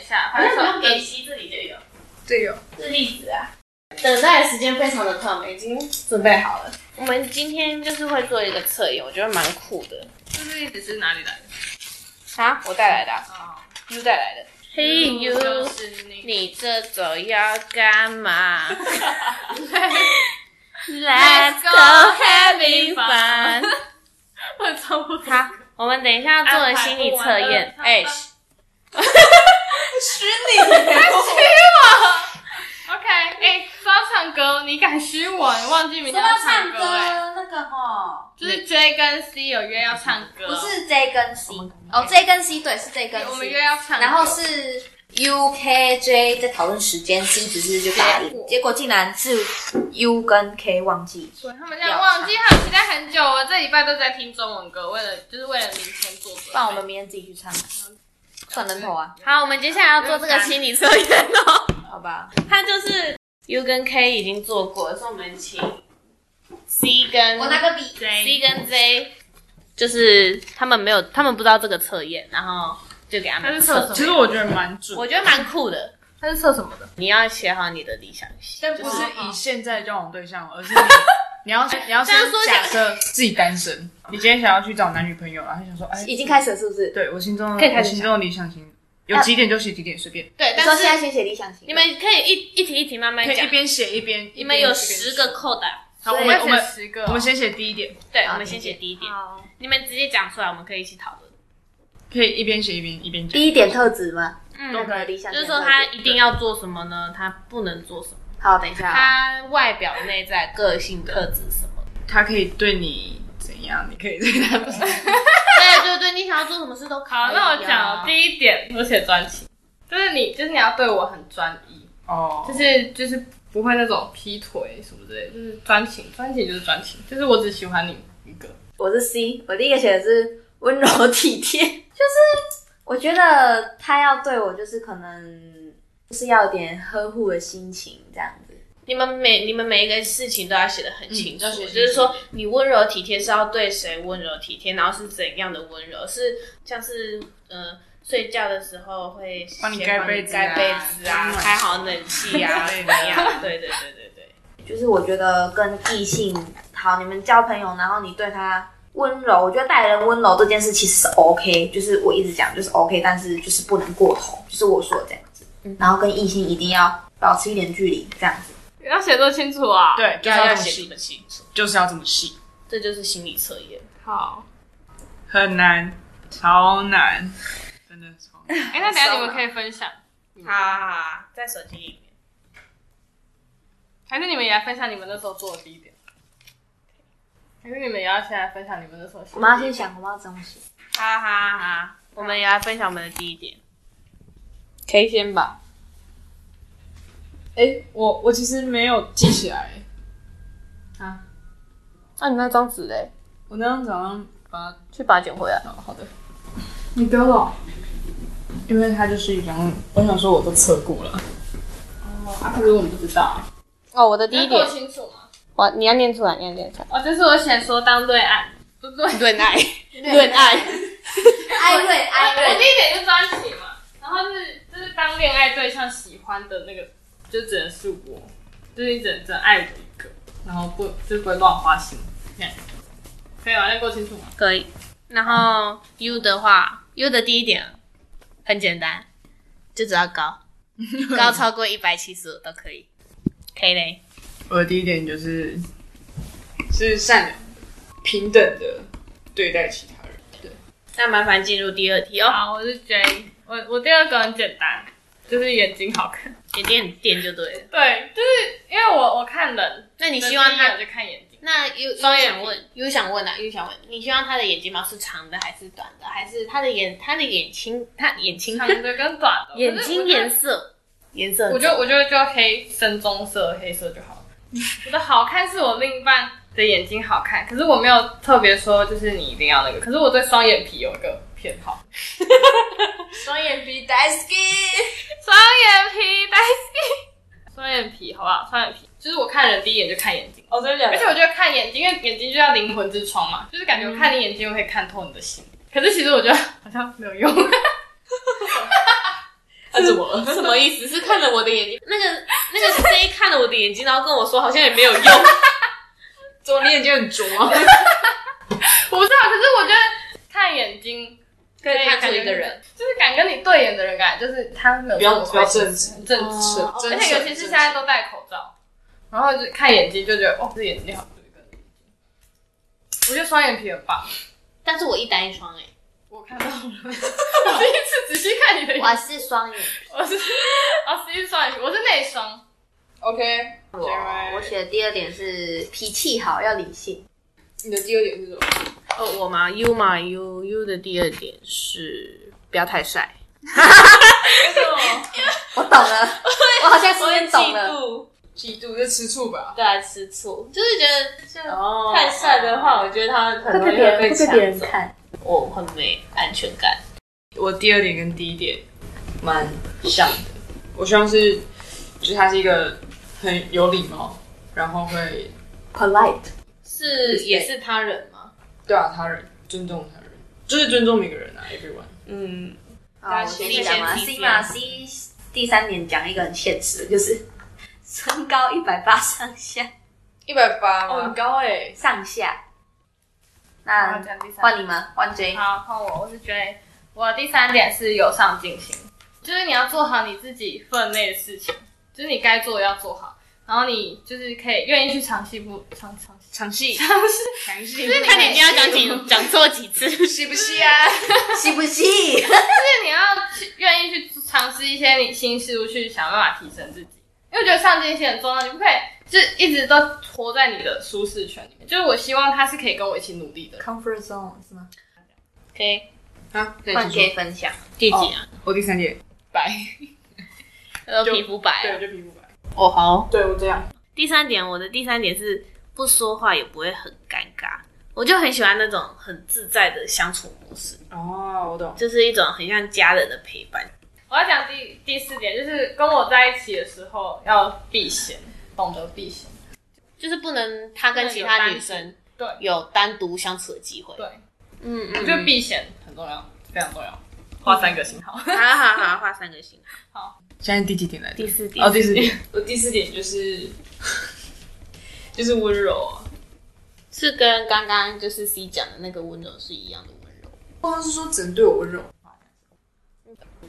下，好像不用从给 A 西这里就有，对哦有。是例子啊。等待的时间非常的快，我们已经准备好了。我们今天就是会做一个测验，我觉得蛮酷的。这是一直是哪里来的？啊，我带来的、啊、啊， ，You 带来的。Hey 就 you，是那 个你这周要干嘛？Let's go having fun。我超不懂好，我们等一下做了心理测验。安排哎不完了，虚拟，OK，哎、说到唱歌，你敢虚我？你忘记明天要唱歌哎、那个哦，就是 J 跟 C 有约要唱歌，不是 J 跟 C 哦，J 跟 C 对是 J 跟我们 C，约要唱歌，然后是 U K J 在讨论时间，C 只是就答结应果，结果竟然是 U 跟 K 忘记。对他们这样忘记，他们期待很久，我这礼拜都在听中文歌，为了就是为了明天做准备。不然我们明天自己去唱，啊算人头啊，好，我们接下来要做这个心理测验哦。好吧？它就是 U 跟 K 已经做过了，所以我们请 C 啊跟个笔， C 跟 Z，就是他们没有，他们不知道这个测验，然后就给他们测。其实我觉得蛮准我觉得蛮酷的。他是测什么的？你要写好你的理想型，但不是 以现在交往对象，而是你你要你要先这样说起来假设自己单身，你今天想要去找男女朋友，然后想说，哎，已经开始了是不是？对我心中可以的开我始心中的理想型有几点就写几点，随便，对，你说但现在是先写理想型，你们可以一一题一题慢慢可以一讲。边写一边。你你们有十个，扣打，好，我我们我们十个哦，我们先写第一点，对，好我们先写第一点，你们直接讲出来，我们可以一起讨论。可以一边写一边一边讲。第一点特质吗？都嗯，可理以，想就型是的说特他质一定要做什么呢？他不能做什么？好，等一下啊，他外表、内在、个性、特质什么？他可以对你怎样，你可以对 他怎样。对对对，你想要做什么事都可以啊。好，那我讲第一点，我写专情，就是你，就是你要对我很专一，就哦，是就是不会那种劈腿什么之类的，就是专情，专情就是专情，就是我只喜欢你一个。我是 C，我第一个写的是温柔体贴， 就是我觉得他要对我就是可能就是要有点呵护的心情这样子。你们每你们每一个事情都要写的很清楚，嗯要写清楚就是说你温柔体贴是要对谁温柔体贴，然后是怎样的温柔，是像是呃睡觉的时候会先帮你盖被子啊盖被子啊嗯，开好冷气啊，对怎么样？对对对对对，就是我觉得跟异性好，你们交朋友，然后你对他温柔，我觉得待人温柔这件事其实是 OK，就是我一直讲就是 OK，但是就是不能过头，就是我说的这样子。然后跟异性一定要保持一点距离，这样子。你要写作清楚啊！，对，就是要这要么写这细，么清楚，就是要这么细，这就是心理测验。好。很难，超难，真的超难。 哎、那等一下你们可以分享，好好好好，在手机里面，还是你们也来分享你们那时候做的第一点？还是你们也要先来分享你们那时候写的第一点？我们要先想我们要怎么写。哈哈哈，我们也来分享我们的第一点，可以先吧。哎、我我其实没有记起来，那、你那张纸嘞，我那天早上把它去把它捡回来。哦，好的。你丢了、因为它就是一张，我想说我都测过了。哦，啊，可是我们不知道啊。哦，我的第你一要够点，清楚吗？我你要念出来，你要念出来。哦，就是我写说当对岸，不对，论爱，论爱，艾瑞，艾我第一点就专情嘛，然后就是就是当恋爱对象喜欢的那个，就只能是我，就是你只能只能爱我一个，然后不就是不会乱花心，这样可以吗？那够清楚吗？可以。然后 U 的话，U 的第一点很简单，就只要高，高超过一百七十五都可以。K 嘞，我的第一点就是是善良的、平等的对待其他人。对，那麻烦进入第二题哦，好，我是 J，我我第二个很简单，就是眼睛好看。点点点就对了。对，就是因为我我看人，那你希望他他？就看眼睛，那 U 双 U 眼想问，U 想问啊，U 想问，你希望他的眼睫毛是长的还是短的，还是他的眼他的眼睛他眼睛长的跟短的，眼睛颜色，色颜色很我重就要？我就就黑深棕色黑色就好了。我的好看是我另一半的眼睛好看，可是我没有特别说就是你一定要那个，可是我对双眼皮有一个偏好，双眼皮 d a s k y 双眼皮担心， 双眼皮好不好？双眼皮就是我看人第一眼就看眼睛。哦，真的假而且我觉得看眼睛，因为眼睛就叫灵魂之窗嘛，就是感觉我看你眼睛，我可以 看透你的心。可是其实我觉得好像没有用，而着我了。 什么意思？是看着我的眼睛，那个那个 C 看着我的眼睛，然后跟我说好像也没有 用。怎么你眼睛很浊啊？我不知道，可是我觉得看眼睛可以看出一个人，就是敢跟你对眼的人，感觉就是他没有不要这么不 快要正直，正直哦真而且诚尤其是现真在都戴口罩，然后就看眼睛就觉得哦，这眼睛好这个眼睛我觉得双眼皮很 棒，但是我一单一双哎、我看到了，我第一次仔细看你的眼睛，我是双眼，我是哦，实际双眼皮，我是内双。 OK，我我写的第二点是脾气好要理性，你的第二点是什么？哦，我吗？U 嘛？U U 的第二点是不要太帅， 我懂了， 我好像瞬间懂了，妒，嫉妒是吃醋吧？对啊，吃醋，就是觉得就哦太帅的话，我觉得他很容会被易别会人被会被别抢人走，看，我很没安全感。我第二点跟第一点蛮像的。我希望是，就是他是一个很有礼貌，然后会 polite，是也是他人吗？对啊他人尊重他人，就是尊重每个人啊，everyone。嗯，啊，我先先讲嘛先，C 嘛，C 第三点讲一个很现实的，就是 身高一百八上下一百八哦，很？高欸哎、上下，然那后讲第三换你们，换 J， 好，换我，我是觉得我第三点是有上进心，就是你要做好你自己分内的事情，就是你该做的要做好，然后你就是可以愿意去尝试不尝尝试，尝 试，详细看你今天要讲几 讲错几次，吸不吸啊？吸不吸？就是你要去愿意去尝试一些你新事物，去想办法提升自己。因为我觉得上进心很重要，你不可以就是一直都活在你的舒适圈里面。就是我希望他是可以跟我一起努力的。 comfort zone 是吗？可以啊，对换 J 分享，第几啊？我哦第三点白，呃，就皮肤白对，我啊。就皮肤白。哦，好。对我这样，第三点，我的第三点是不说话也不会很尴尬，我就很喜欢那种很自在的相处模式，哦，我懂。就是一种很像家人的陪伴。我要讲第第四点，就是跟我在一起的时候要避嫌，懂得避嫌。就是不能他跟其他女生对有单独相处的机会。对，嗯我嗯觉得嗯，避嫌很重要，非常重要。画三个星号。好 好好，画三个星。现在第几点来着？第四点哦，，第四点，我第四点就是就是温柔啊。是跟刚刚就是 C 讲的那个温柔是一样的温柔。哦，他是说只能对我温柔。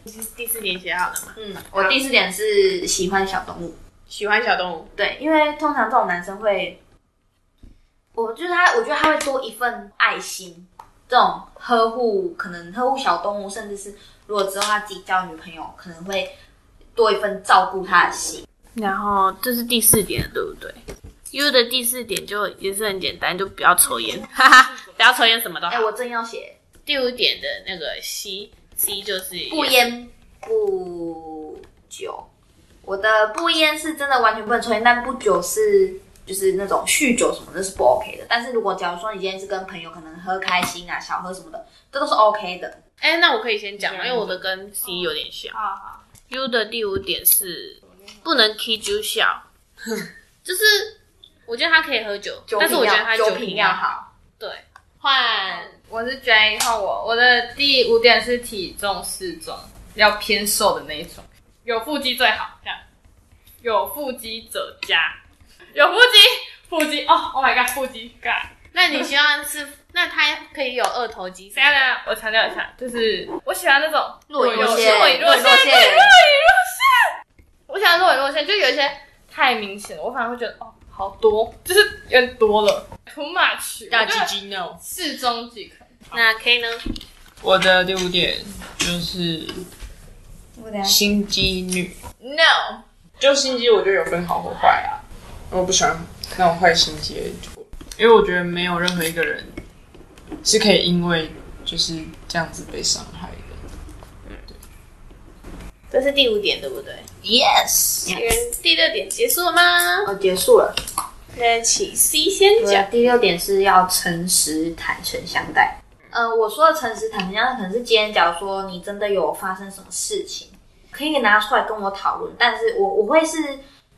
第四点写好了吗？嗯，我第四点是喜欢小动物。喜欢小动物，对，因为通常这种男生会，我就是他，我觉得他会多一份爱心，这种呵护，可能呵护小动物，甚至是如果之后他自己交女朋友，可能会多一份照顾他的心。然后这是第四点，对不对？U 的第四点就也是很简单，就不要抽烟，哈哈，不要抽烟，什么都好哎、。我正要写第五点的那个 C C 就是不烟不酒，我的不烟是真的完全不能抽烟，但不酒是。就是那种酗酒什么的是不 OK 的，但是如果假如说你今天是跟朋友可能喝开心啊、小喝什么的，这都是 OK 的。哎、那我可以先讲吗？对因为我的跟 C 有点像。好好， U 的第五点是不能 k 酒笑， 就是我觉得他可以喝酒，酒但是我觉得品他要酒品品要要。好，对，换我是 J，然后我我的第五点是体重适中，要偏瘦的那一种，有腹肌最好，这样有腹肌者加，有腹肌，腹肌哦，Oh my god，腹肌，God。那你希望是？那他可以有二头肌？等一下等一下，我强调一下，就是我喜欢那种若隐若若现，若隐若现，若对，若隐若现。 我喜欢若隐若现，就有一些太明显了，我反而会觉得哦，好多，就是有点多了，too much。大我觉得鸡鸡 no。适中即可。那 K 呢？我的第五点就是我等下心机女， No，就心机，我觉得有分好或坏啊。我不喜欢那种坏心机的图，因为我觉得没有任何一个人是可以因为就是这样子被伤害的。这是第五点，对不对？ Yes，有人第六点结束了吗？哦，结束了。那请 C 先对讲。，第六点是要诚实坦诚相待。呃，我说的诚实坦诚相待，可能是今天假如说你真的有发生什么事情，可以拿出来跟我讨论。但是我我会是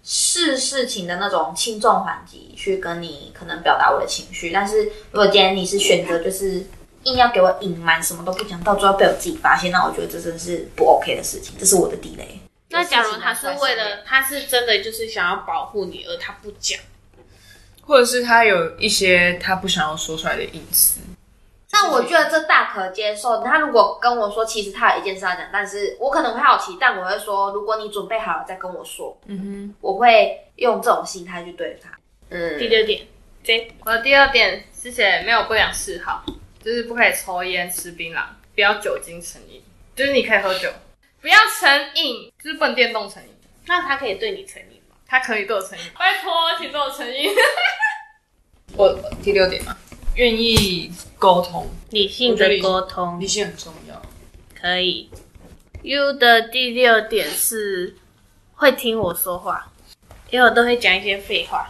视事情的那种轻重缓急去跟你可能表达我的情绪。但是如果今天你是选择就是硬要给我隐瞒，什么都不讲，到最后被我自己发现，那我觉得这真是不 OK 的事情，这是我的地雷。那假如他是为了，他是真的就是想要保护你，而他不讲，或者是他有一些他不想要说出来的隐私，那我觉得这大可接受。他如果跟我说，其实他有一件事要讲，但是我可能会好奇，但我会说，如果你准备好了再跟我说，嗯我会用这种心态去对他。第嗯，六点，我的第二点是写没有不良嗜好，就是不可以抽烟、吃槟榔，不要酒精成瘾，就是你可以喝酒，不要成瘾，就是不能电动成瘾。那他可以对你成瘾吗？他可以对我成瘾，拜托，请对我成瘾。我第六点嘛，啊愿意沟通，理性的沟通理性很重要。可以。U 的第六点是会听我说话，因为我都会讲一些废话，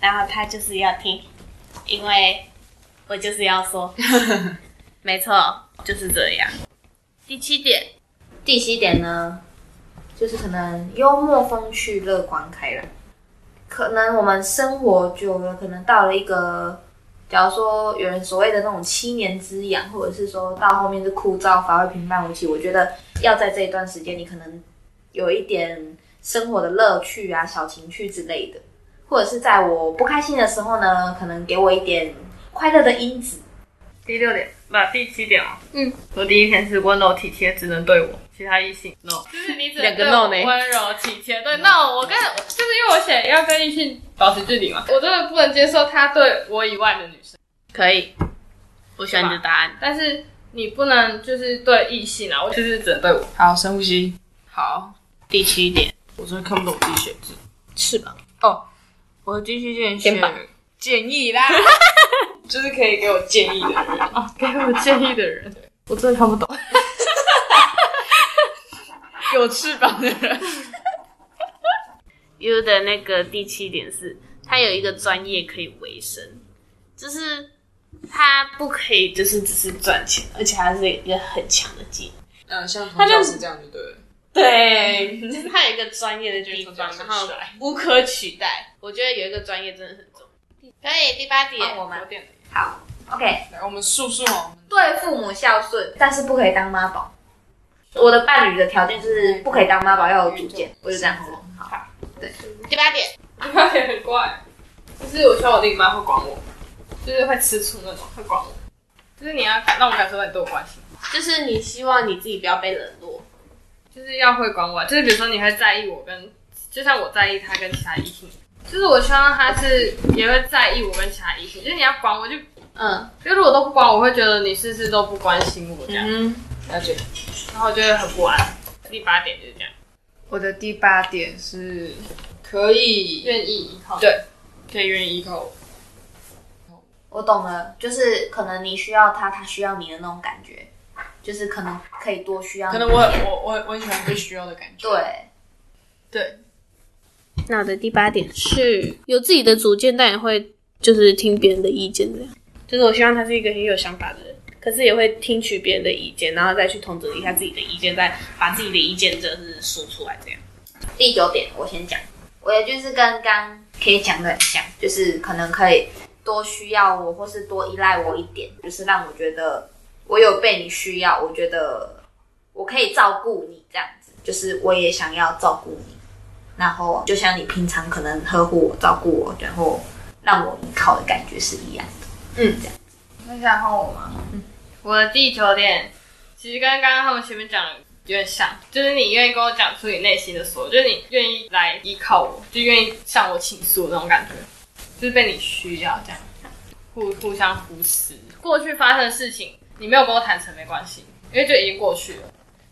然后他就是要听，因为我就是要说，没错，就是这样。第七点，第七点呢，就是可能幽默风趣、乐观开朗。可能我们生活久了，可能到了一个，假如说有人所谓的那种七年之痒，或者是说到后面是枯燥乏味、平淡无奇，我觉得要在这一段时间，你可能有一点生活的乐趣啊、小情趣之类的，或者是在我不开心的时候呢，可能给我一点快乐的因子。第六点，不，第七点哦。嗯，我第一天是温柔体贴，只能对我，其他异性 no。就是 你只能对我温柔体贴，对 no。我跟就是因为我写要跟异性保持距离嘛，我真的不能接受他对我以外的女生。可以，我喜欢你的答 案。但是你不能就是对异性啊，我就是只能对我。好，深呼吸。好，第七点我真的看不懂我自己写字。翅膀，哦我的第七件先把事建议啦， 就是可以给我建议的人。哦，给我建议的人，我真的看不懂。有翅膀的人， U 的那个第七点是，他有一个专业可以维生，就是他不可以就是只是赚钱，而且他是一个很强的技能。嗯，像童教师这样就对了。对，就是他有一个专业的地就是专方，门然后帅无可取代。我觉得有一个专业真的很重要。可以，第八点，换我吗有点好，OK，来，我们数数哦，对父母孝顺，但是不可以当妈宝。我的伴侣的条件就是不可以当妈宝，要有主见，我就这样子。好，第八点，有点很怪。就是我希望我另一半会管我，就是会吃醋那种，会管我。就是你要感让我感受到你对我关心。就是你希望你自己不要被冷落。就是要会管我，就是比如说你会在意我跟，就像我在意他跟其他异性，就是我希望他是也会在意我跟其他异性，就是你要管我就，嗯，就如果都不管我，我会觉得你事事都不关心我这样，嗯，了解。然后我就会很不安。第八点就是这样，我的第八点是可以，愿意依靠。对可以愿意依靠我。我懂了，就是可能你需要他，他需要你的那种感觉，就是可能可以多需要你可一点。能我我我我很喜欢被需要的感觉。对，对，那我的第八点是有自己的主见，但也会就是听别人的意见这样。就是我希望他是一个很有想法的人，可是也会听取别人的意见，然后再去统整一下自己的意见，再把自己的意见就是说出来这样。第九点我先讲，我也就是跟刚可以讲的很像，就是可能可以多需要我，或是多依赖我一点，就是让我觉得我有被你需要，我觉得我可以照顾你这样子，就是我也想要照顾你，然后就像你平常可能呵护我、照顾我，然后让我依靠的感觉是一样的。那现在换我吗？我的第九点其实跟刚刚他们前面讲的有点像，就是你愿意跟我讲出你内心的所有，就是你愿意来依靠我，就愿意向我倾诉的那种感觉，就是被你需要这样，互互相扶持。过去发生的事情，你没有跟我坦诚没关系，因为就已经过去了。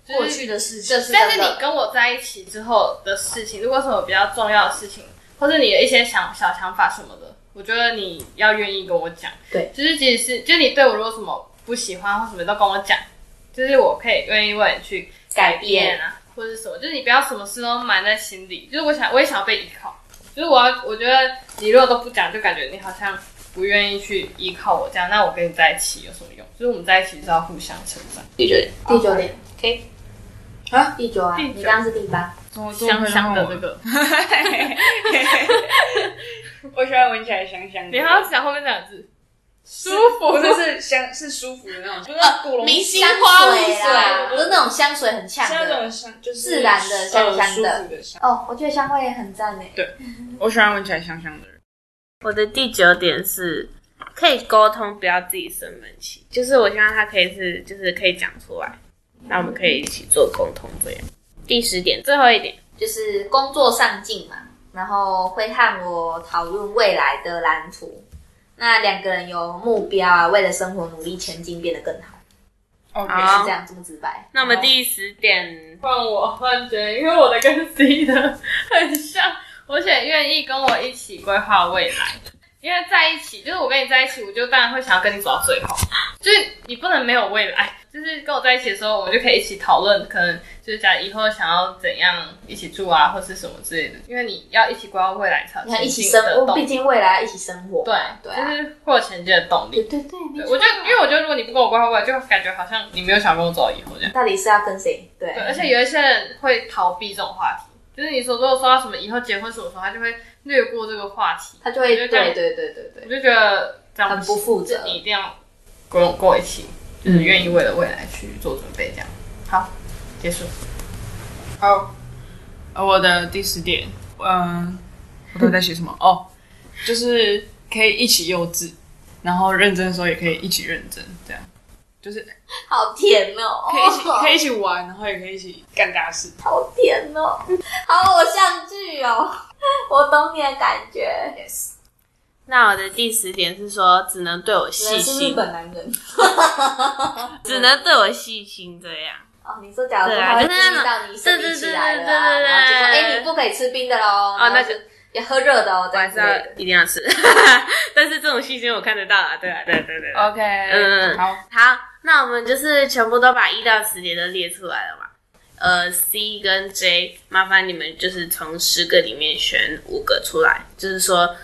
就是的事情，是但是你跟我在一起之后的事情，如果是有比较重要的事情，或是你的一些想小想法什么的，我觉得你要愿意跟我讲。对，就是即使是就是你对我如果什么不喜欢或什么都跟我讲，就是我可以愿意为你去改变变，啊，或者什么，就是你不要什么事都埋在心里。就是我想，我也想要被依靠。就是我要，我觉得你如果都不讲，就感觉你好像不愿意去依靠我这样。那我跟你在一起有什么用？就是我们在一起是要互相成长。第九点，第九点，OK 啊，哦第九啊，第九你刚刚是第八，香香的这个， 我喜欢闻起来香香的。你还要讲后面两个字。舒服不是是香是舒服的那种，就是古龙啊明星香花露水啦，水不是那种香水很呛像那的种香就是自然的香呃香的舒服的香。哦，我觉得香味也很赞欸诶。我喜欢闻起来香香的人。我的第九点是可以沟通，不要自己生闷气。就是我希望他可以是，就是可以讲出来，那我们可以一起做沟通这样。第十点，最后一点，就是工作上进嘛，然后会和我讨论未来的蓝图。那两个人有目标啊，为了生活努力前进，变得更好， OK，好是这样这么直白。那我们第十点，换我，突然觉得，因为我的跟 C 的很像，我且愿意跟我一起规划未来。因为在一起，就是我跟你在一起，我就当然会想要跟你走到最后。就是你不能没有未来，就是跟我在一起的时候，我们就可以一起讨论，可能就是讲以后想要怎样一起住啊，或是什么之类的。因为你要一起规划未来，才有你要一起前进生的活，动毕力。竟未来一起生活。对，对就啊，是会有前进的动力对。对对，没对，错我就因为我觉得，如果你不跟我规划未来，就感觉好像你没有想跟我走到以后这样。到底是要跟谁？对，对，而且有一些人会逃避这种话题，就是你所如果说到什么以后结婚什么时候，他就会略过这个话题。他就会我觉得对这样对对对对我，就觉得这样很不行负责就你一定要跟我跟我一起，就是愿意为了未来去做准备这样。好，结束。好，呃我的第十点，嗯、我都在写什么？哦，就是可以一起幼稚，然后认真的时候也可以一起认真，这样就是好甜哦，可以一起可以一起玩，然后也可以一起干大事。 好甜哦，好偶像剧哦， 我懂你的感觉。那我的第十点是说，只能对我细是日心，本男人只能对我细心这样。哦，你说假如对说啊他会就是那注意到你生对对病起对来了对啊，对对然后就说对哎你不可以吃冰的喽，然后那就个要喝热的哦，我这还样是之要类的。一定要吃， 但是这种细心我看得到啊，对啊，对对对。对 OK，嗯好，好，那我们就是全部都把一到十点都列出来了嘛。呃，C 跟 J，麻烦你们就是从十个里面选五个出来，就是说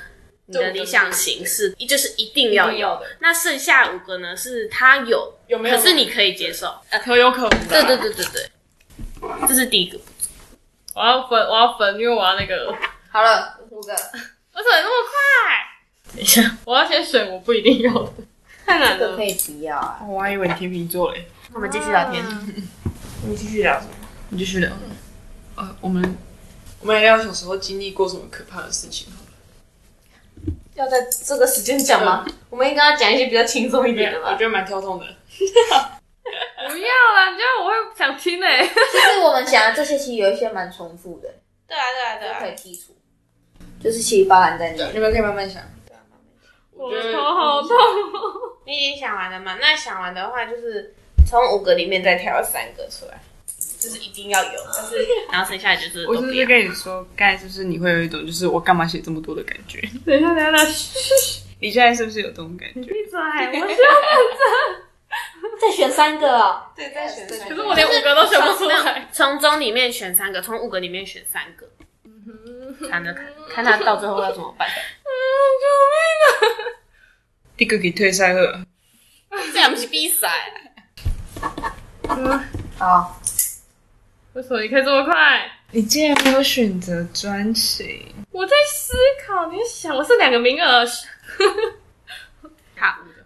你的理想型是，就是一定要一定要有的。那剩下五个呢，是他有，有没有？可是你可以接受。可有可无的。对对对对对，这是第一个。我要分，我要分，因哦为我要那个， 我好了，五个，怎么那么快？等一下，我要先选我不一定要的。太难这个了可。以不要啊。我还以为你天秤座嘞。我们继续聊天。你继续聊什么？你继续聊。呃，我们我们来聊小时候经历过什么可怕的事情好了。要在这个时间讲吗？我们应该要讲一些比较轻松一点的我吧觉。得蛮跳动的。不要啦，你知道我会想听诶、 其实我们讲的这些其实有一些蛮重复的，对啊对啊对都啊可以剔除，就是其实包含在内。你们可以慢慢想。我觉得的头好痛。你已经想完了吗？那想完的话，就是从五个里面再挑三个出来，就是一定要有，但是然后剩下的就是我都是不不是要。跟你说，刚才就是你会有一种就是我干嘛写这么多的感觉？ 等一下，等一下，等一下，你现在是不是有这种感觉？闭嘴！我再选三个哦，对，在选三可是我连五个都选不出来。从中里面选三个，从五个里面选三个，看着看，看他到最后要怎么办。第一个给退赛了。 这样不是比赛，好，为什么你可以这么快？你竟然没有选择专情，我在思考，你想，我是两个名额，好，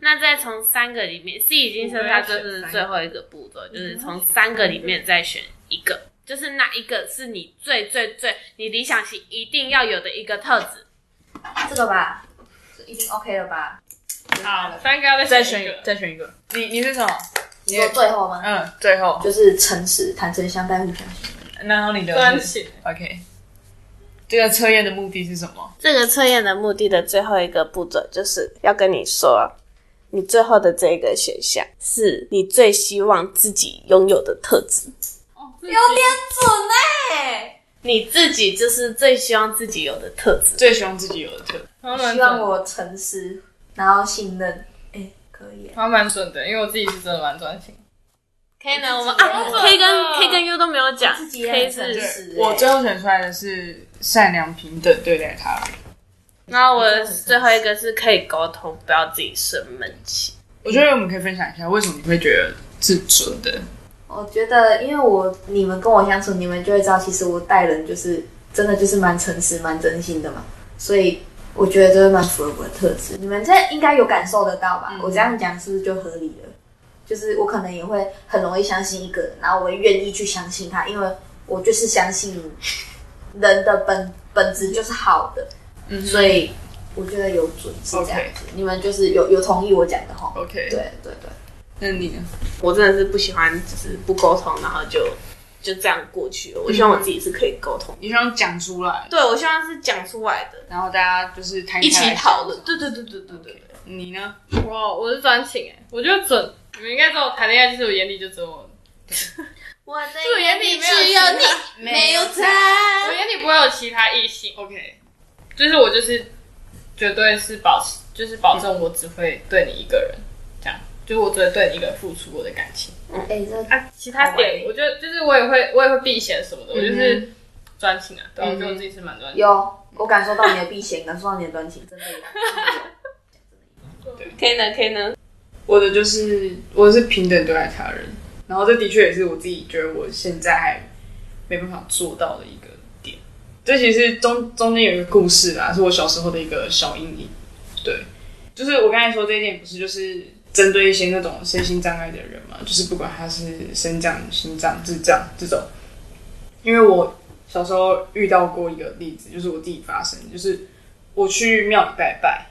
那再从三个里面，C 已经剩下就是最后一个步骤，就是从三个里面再选一个，就是那一个是你最最最你理想型一定要有的一个特质。这个吧，这已经 OK 了吧？好，三个要再再选一选个。再选一个。你你是什么？你说最后吗？嗯，最后，就是诚实、坦诚相待、互相信。然后你的专情， OK，这个测验的目的是什么？这个测验的目的的最后一个步骤，就是要跟你说，你最后的这个选项是你最希望自己拥有的特质。有点准哎、你自己就是最希望自己有的特质。最喜欢自己有的特质。还蛮希望准，我诚实，然后信任。哎、可以耶。还蛮准的，因为我自己是真的蛮专情。可以呢，我们我啊自己，K 也跟是 K 跟 U 都没有讲自己也，K 很诚是，实、我最后选出来的是善良平等对待他人。然后我的最后一个是可以沟通，不要自己生闷气。我觉得我们可以分享一下，为什么你会觉得是准的？我觉得，因为我你们跟我相处，你们就会知道，其实我待人就是真的就是蛮诚实、蛮真心的嘛。所以我觉得这蛮符合我的特质。你们这应该有感受得到吧？我这样讲是不是就合理了？就是我可能也会很容易相信一个人，然后我会愿意去相信他，因为我就是相信人的本本质就是好的，嗯所以我觉得有准是这样子。你们就是有有同意我讲的哈？ OK，对对对。那你呢？我真的是不喜欢，就是不沟通，然后就就这样过去了。我希望我自己是可以沟通，你希望讲出来，对我希望是讲出来的，然后大家就是摊开一起来讨论。对对对对对对。你呢？我我是专情哎、我觉得准。你们应该知道，我谈恋爱就是我眼里就只有我，我的我眼里没有其他，没有在。我眼里不会有其他异性。 OK，就是我就是绝对是保持，就是保证我只会对你一个人，这样，就是我只会对你一个人付出我的感情哎、这啊。其他点，我觉得就是我也会，我也会避嫌什么的，我就是专情啊。对啊，嗯哼我觉得我自己是蛮专情的。有，我感受到你的避嫌，感受到你的专情，真的 有。可以呢，可以呢。我的就是我是平等对待他人，然后这的确也是我自己觉得我现在还没办法做到的一个点。这其实中中间有一个故事啦，是我小时候的一个小阴影。对，就是我刚才说这一点，不是就是针对一些那种身心障碍的人嘛，就是不管他是身障、心障、智障这种，因为我小时候遇到过一个例子，就是我自己发生，就是我去庙里拜拜，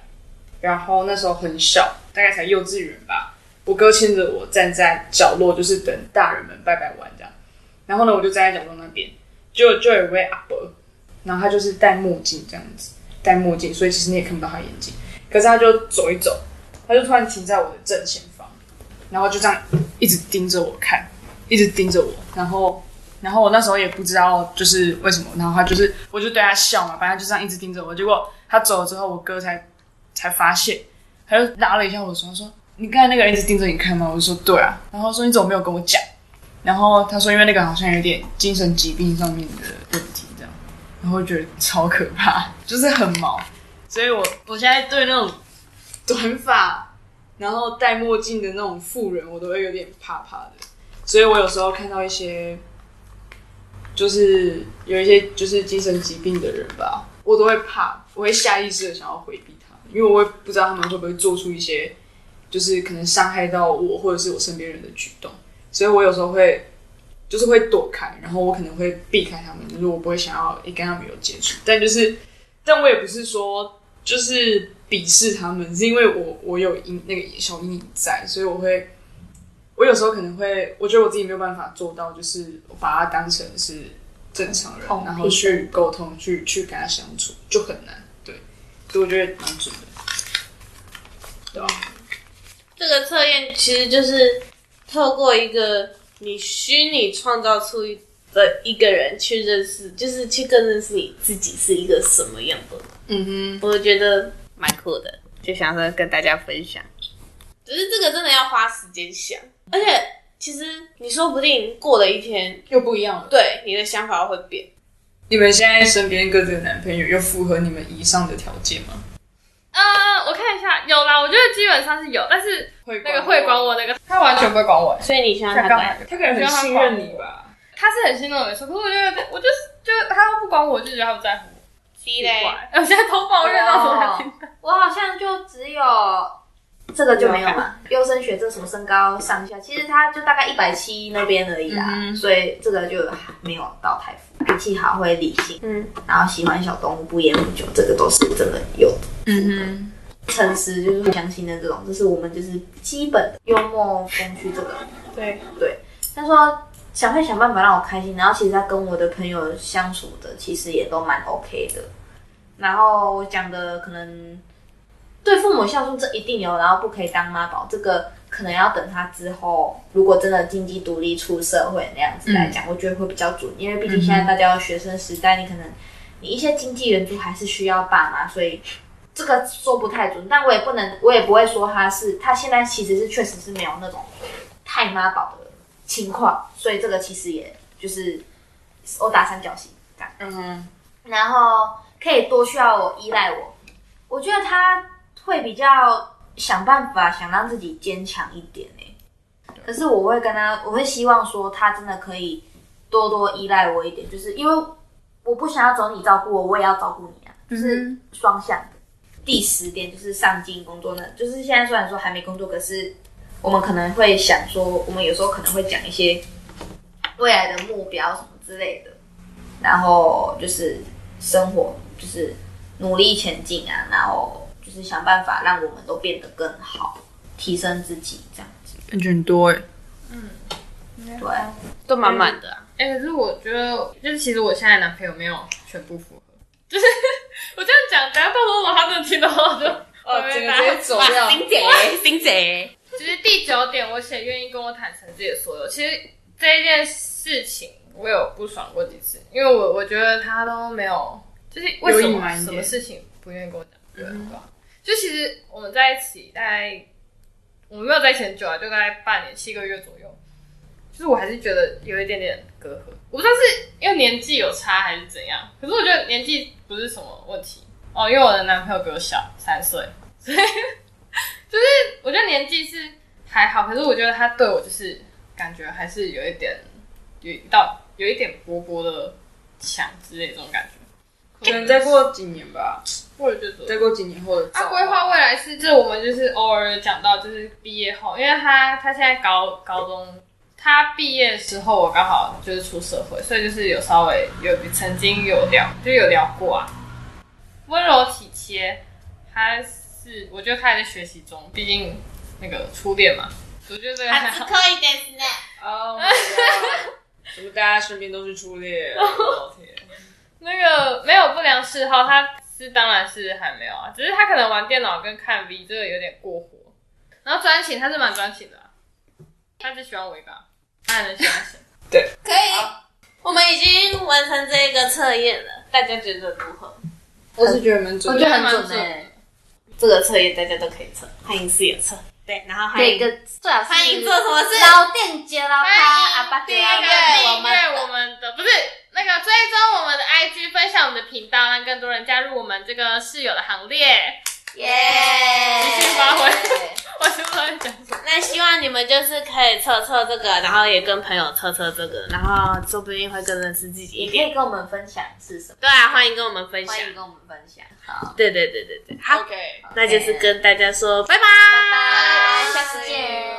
然后那时候很小，大概才幼稚园吧。我哥牵着我站在角落，就是等大人们拜拜完这样。然后呢，我就站在角落那边，就就有一位阿伯，然后他就是戴墨镜这样子，戴墨镜，所以其实你也看不到他眼睛。可是他就走一走，他就突然停在我的正前方，然后就这样一直盯着我看，一直盯着我。然后，然后我那时候也不知道就是为什么，然后他就是我就对他笑嘛，反正他就这样一直盯着我。结果他走了之后，我哥才才发现，他就拉了一下我的手，他说：“你刚才那个人一直盯着你看吗？”我就说：“对啊。”然后说：“你怎么没有跟我讲？”然后他说：“因为那个好像有点精神疾病上面的问题，这样。”然后我觉得超可怕，就是很毛。所以我我现在对那种 短发然后戴墨镜的那种富人，我都会有点怕怕的。所以我有时候看到一些，就是有一些就是精神疾病的人吧，我都会怕，我会下意识的想要回避他，因为我也不知道他们会不会做出一些就是可能伤害到我或者是我身边人的举动，所以我有时候会。就是会躲开，然后我可能会避开他们，就是我不会想要跟他们有接触。但就是，但我也不是说就是鄙视他们，是因为我我有阴那个小阴影在，所以我会，我有时候可能会，我觉得我自己没有办法做到，就是我把它当成是正常人同，频然后去沟通，去去跟他相处就很难，对，所以我觉得蛮准的，对吧、这个测验其实就是透过一个你虚拟创造出一的一个人去认识，就是去更认识你自己是一个什么样的人。嗯我觉得蛮酷的，就想说跟大家分享。只是这个真的要花时间想，而且其实你说不定过了一天，哼，又不一样了。对你的想法会变。你们现在身边各自的男朋友又符合你们以上的条件吗？呃，我看一下，有啦，我觉得基本上是有，但是会那个会管，我那个，他完全不会管我，所以你希望他来，他可能很信任你吧？他是很信任我没错，可是我觉得我就是就是他要不管我，就觉得他不在乎我。第奇一嘞，怪，我现在偷抱怨到什么听到？ 我好像就只有这个就没有嘛，优生学这什么身高上下，其实他就大概一百七那边而已啦，嗯哼所以这个就没有到太符脾气好，会理性，嗯，然后喜欢小动物，不烟不酒，这个都是真的有的。嗯哼，诚实就是互相信任这种，这是我们就是基本的幽默风趣这个。对对，他说想会想办法让我开心，然后其实他跟我的朋友相处的其实也都蛮 OK 的。然后我讲的可能对父母孝顺这一定有，然后不可以当妈宝，这个可能要等他之后，如果真的经济独立出社会那样子来讲，我觉得会比较准，因为毕竟现在大家学生时代，你可能你一些经济援助还是需要爸妈，所以这个说不太准，但我也不能，我也不会说他是他现在其实是确实是没有那种太妈宝的情况，所以这个其实也就是殴打三角形这样。嗯哼，然后可以多需要我依赖我。我觉得他会比较想办法想让自己坚强一点欸可是我会跟他，我会希望说他真的可以多多依赖我一点，就是因为我不想要走你照顾我，我也要照顾你啊，就是双向的。第十点就是上进工作呢，就是现在虽然说还没工作，可是我们可能会想说，我们有时候可能会讲一些未来的目标什么之类的，然后就是生活就是努力前进啊，然后就是想办法让我们都变得更好，提升自己这样子。感觉很多哎、对，都满满的、啊。哎、可是我觉得，就是其实我现在男朋友没有全部符合，就是我这样讲，等下到时候如果他真的听的话，就哦整个直接走掉。心姐，心嗯姐，其实第九点，我写愿意跟我坦诚自己的所有。其实这一件事情，我有不爽过几次，因为我我觉得他都没有，就是为什有隐么嗯瞒一点什么事情不愿意跟我讲，对吧、就其实我们在一起大概，我们没有在一起很久啊，就大概半年七个月左右。就是我还是觉得有一点点隔阂，我不知道是因为年纪有差还是怎样，可是我觉得年纪不是什么问题哦，因为我的男朋友比我小三岁，所以就是我觉得年纪是还好，可是我觉得他对我就是感觉还是有一点有一道有一点薄薄的墙之类这种感觉，可能再过几年吧，或者就再过几年后的他啊规啊划未来是，这我们就是偶尔讲到，就是毕业后，因为他他现在高高中，他毕业的时候我刚好就是出社会，所以就是有稍微有曾经有聊，就有聊过啊，温柔体贴，他是我觉得他还在学习中，毕竟那个初恋嘛，我觉得这个还好可以的呢。哦，什么大家身边都是初恋，老天，那个没有不良嗜好，他是当然是还没有啊，只是他可能玩电脑跟看 V 这个有点过火。然后专情，他是蛮专情的、啊，他是喜欢维嘎，他还能喜欢谁？可以，我们已经完成这个测验了，大家觉得如何？我是觉得蛮准我的觉得很准哎、这个测验大家都可以测，欢迎室友测。对，然后可还以跟最好是欢迎做什么事老店接老他阿爸订接阅老他，我订们阅我们的，不是那个追踪我们的 IG，分享我们的频道，让更多人加入我们这个室友的行列。耶，即兴发挥我是不是在讲什么？那希望你们就是可以测测这个，然后也跟朋友测测这个，然后说不定会更认识自己一也点。可以跟我们分享是什么，对啊，欢迎跟我们分享欢。迎跟我们分享。好，对对对对对，好 OK，那就是跟大家说拜拜，拜拜，下次见。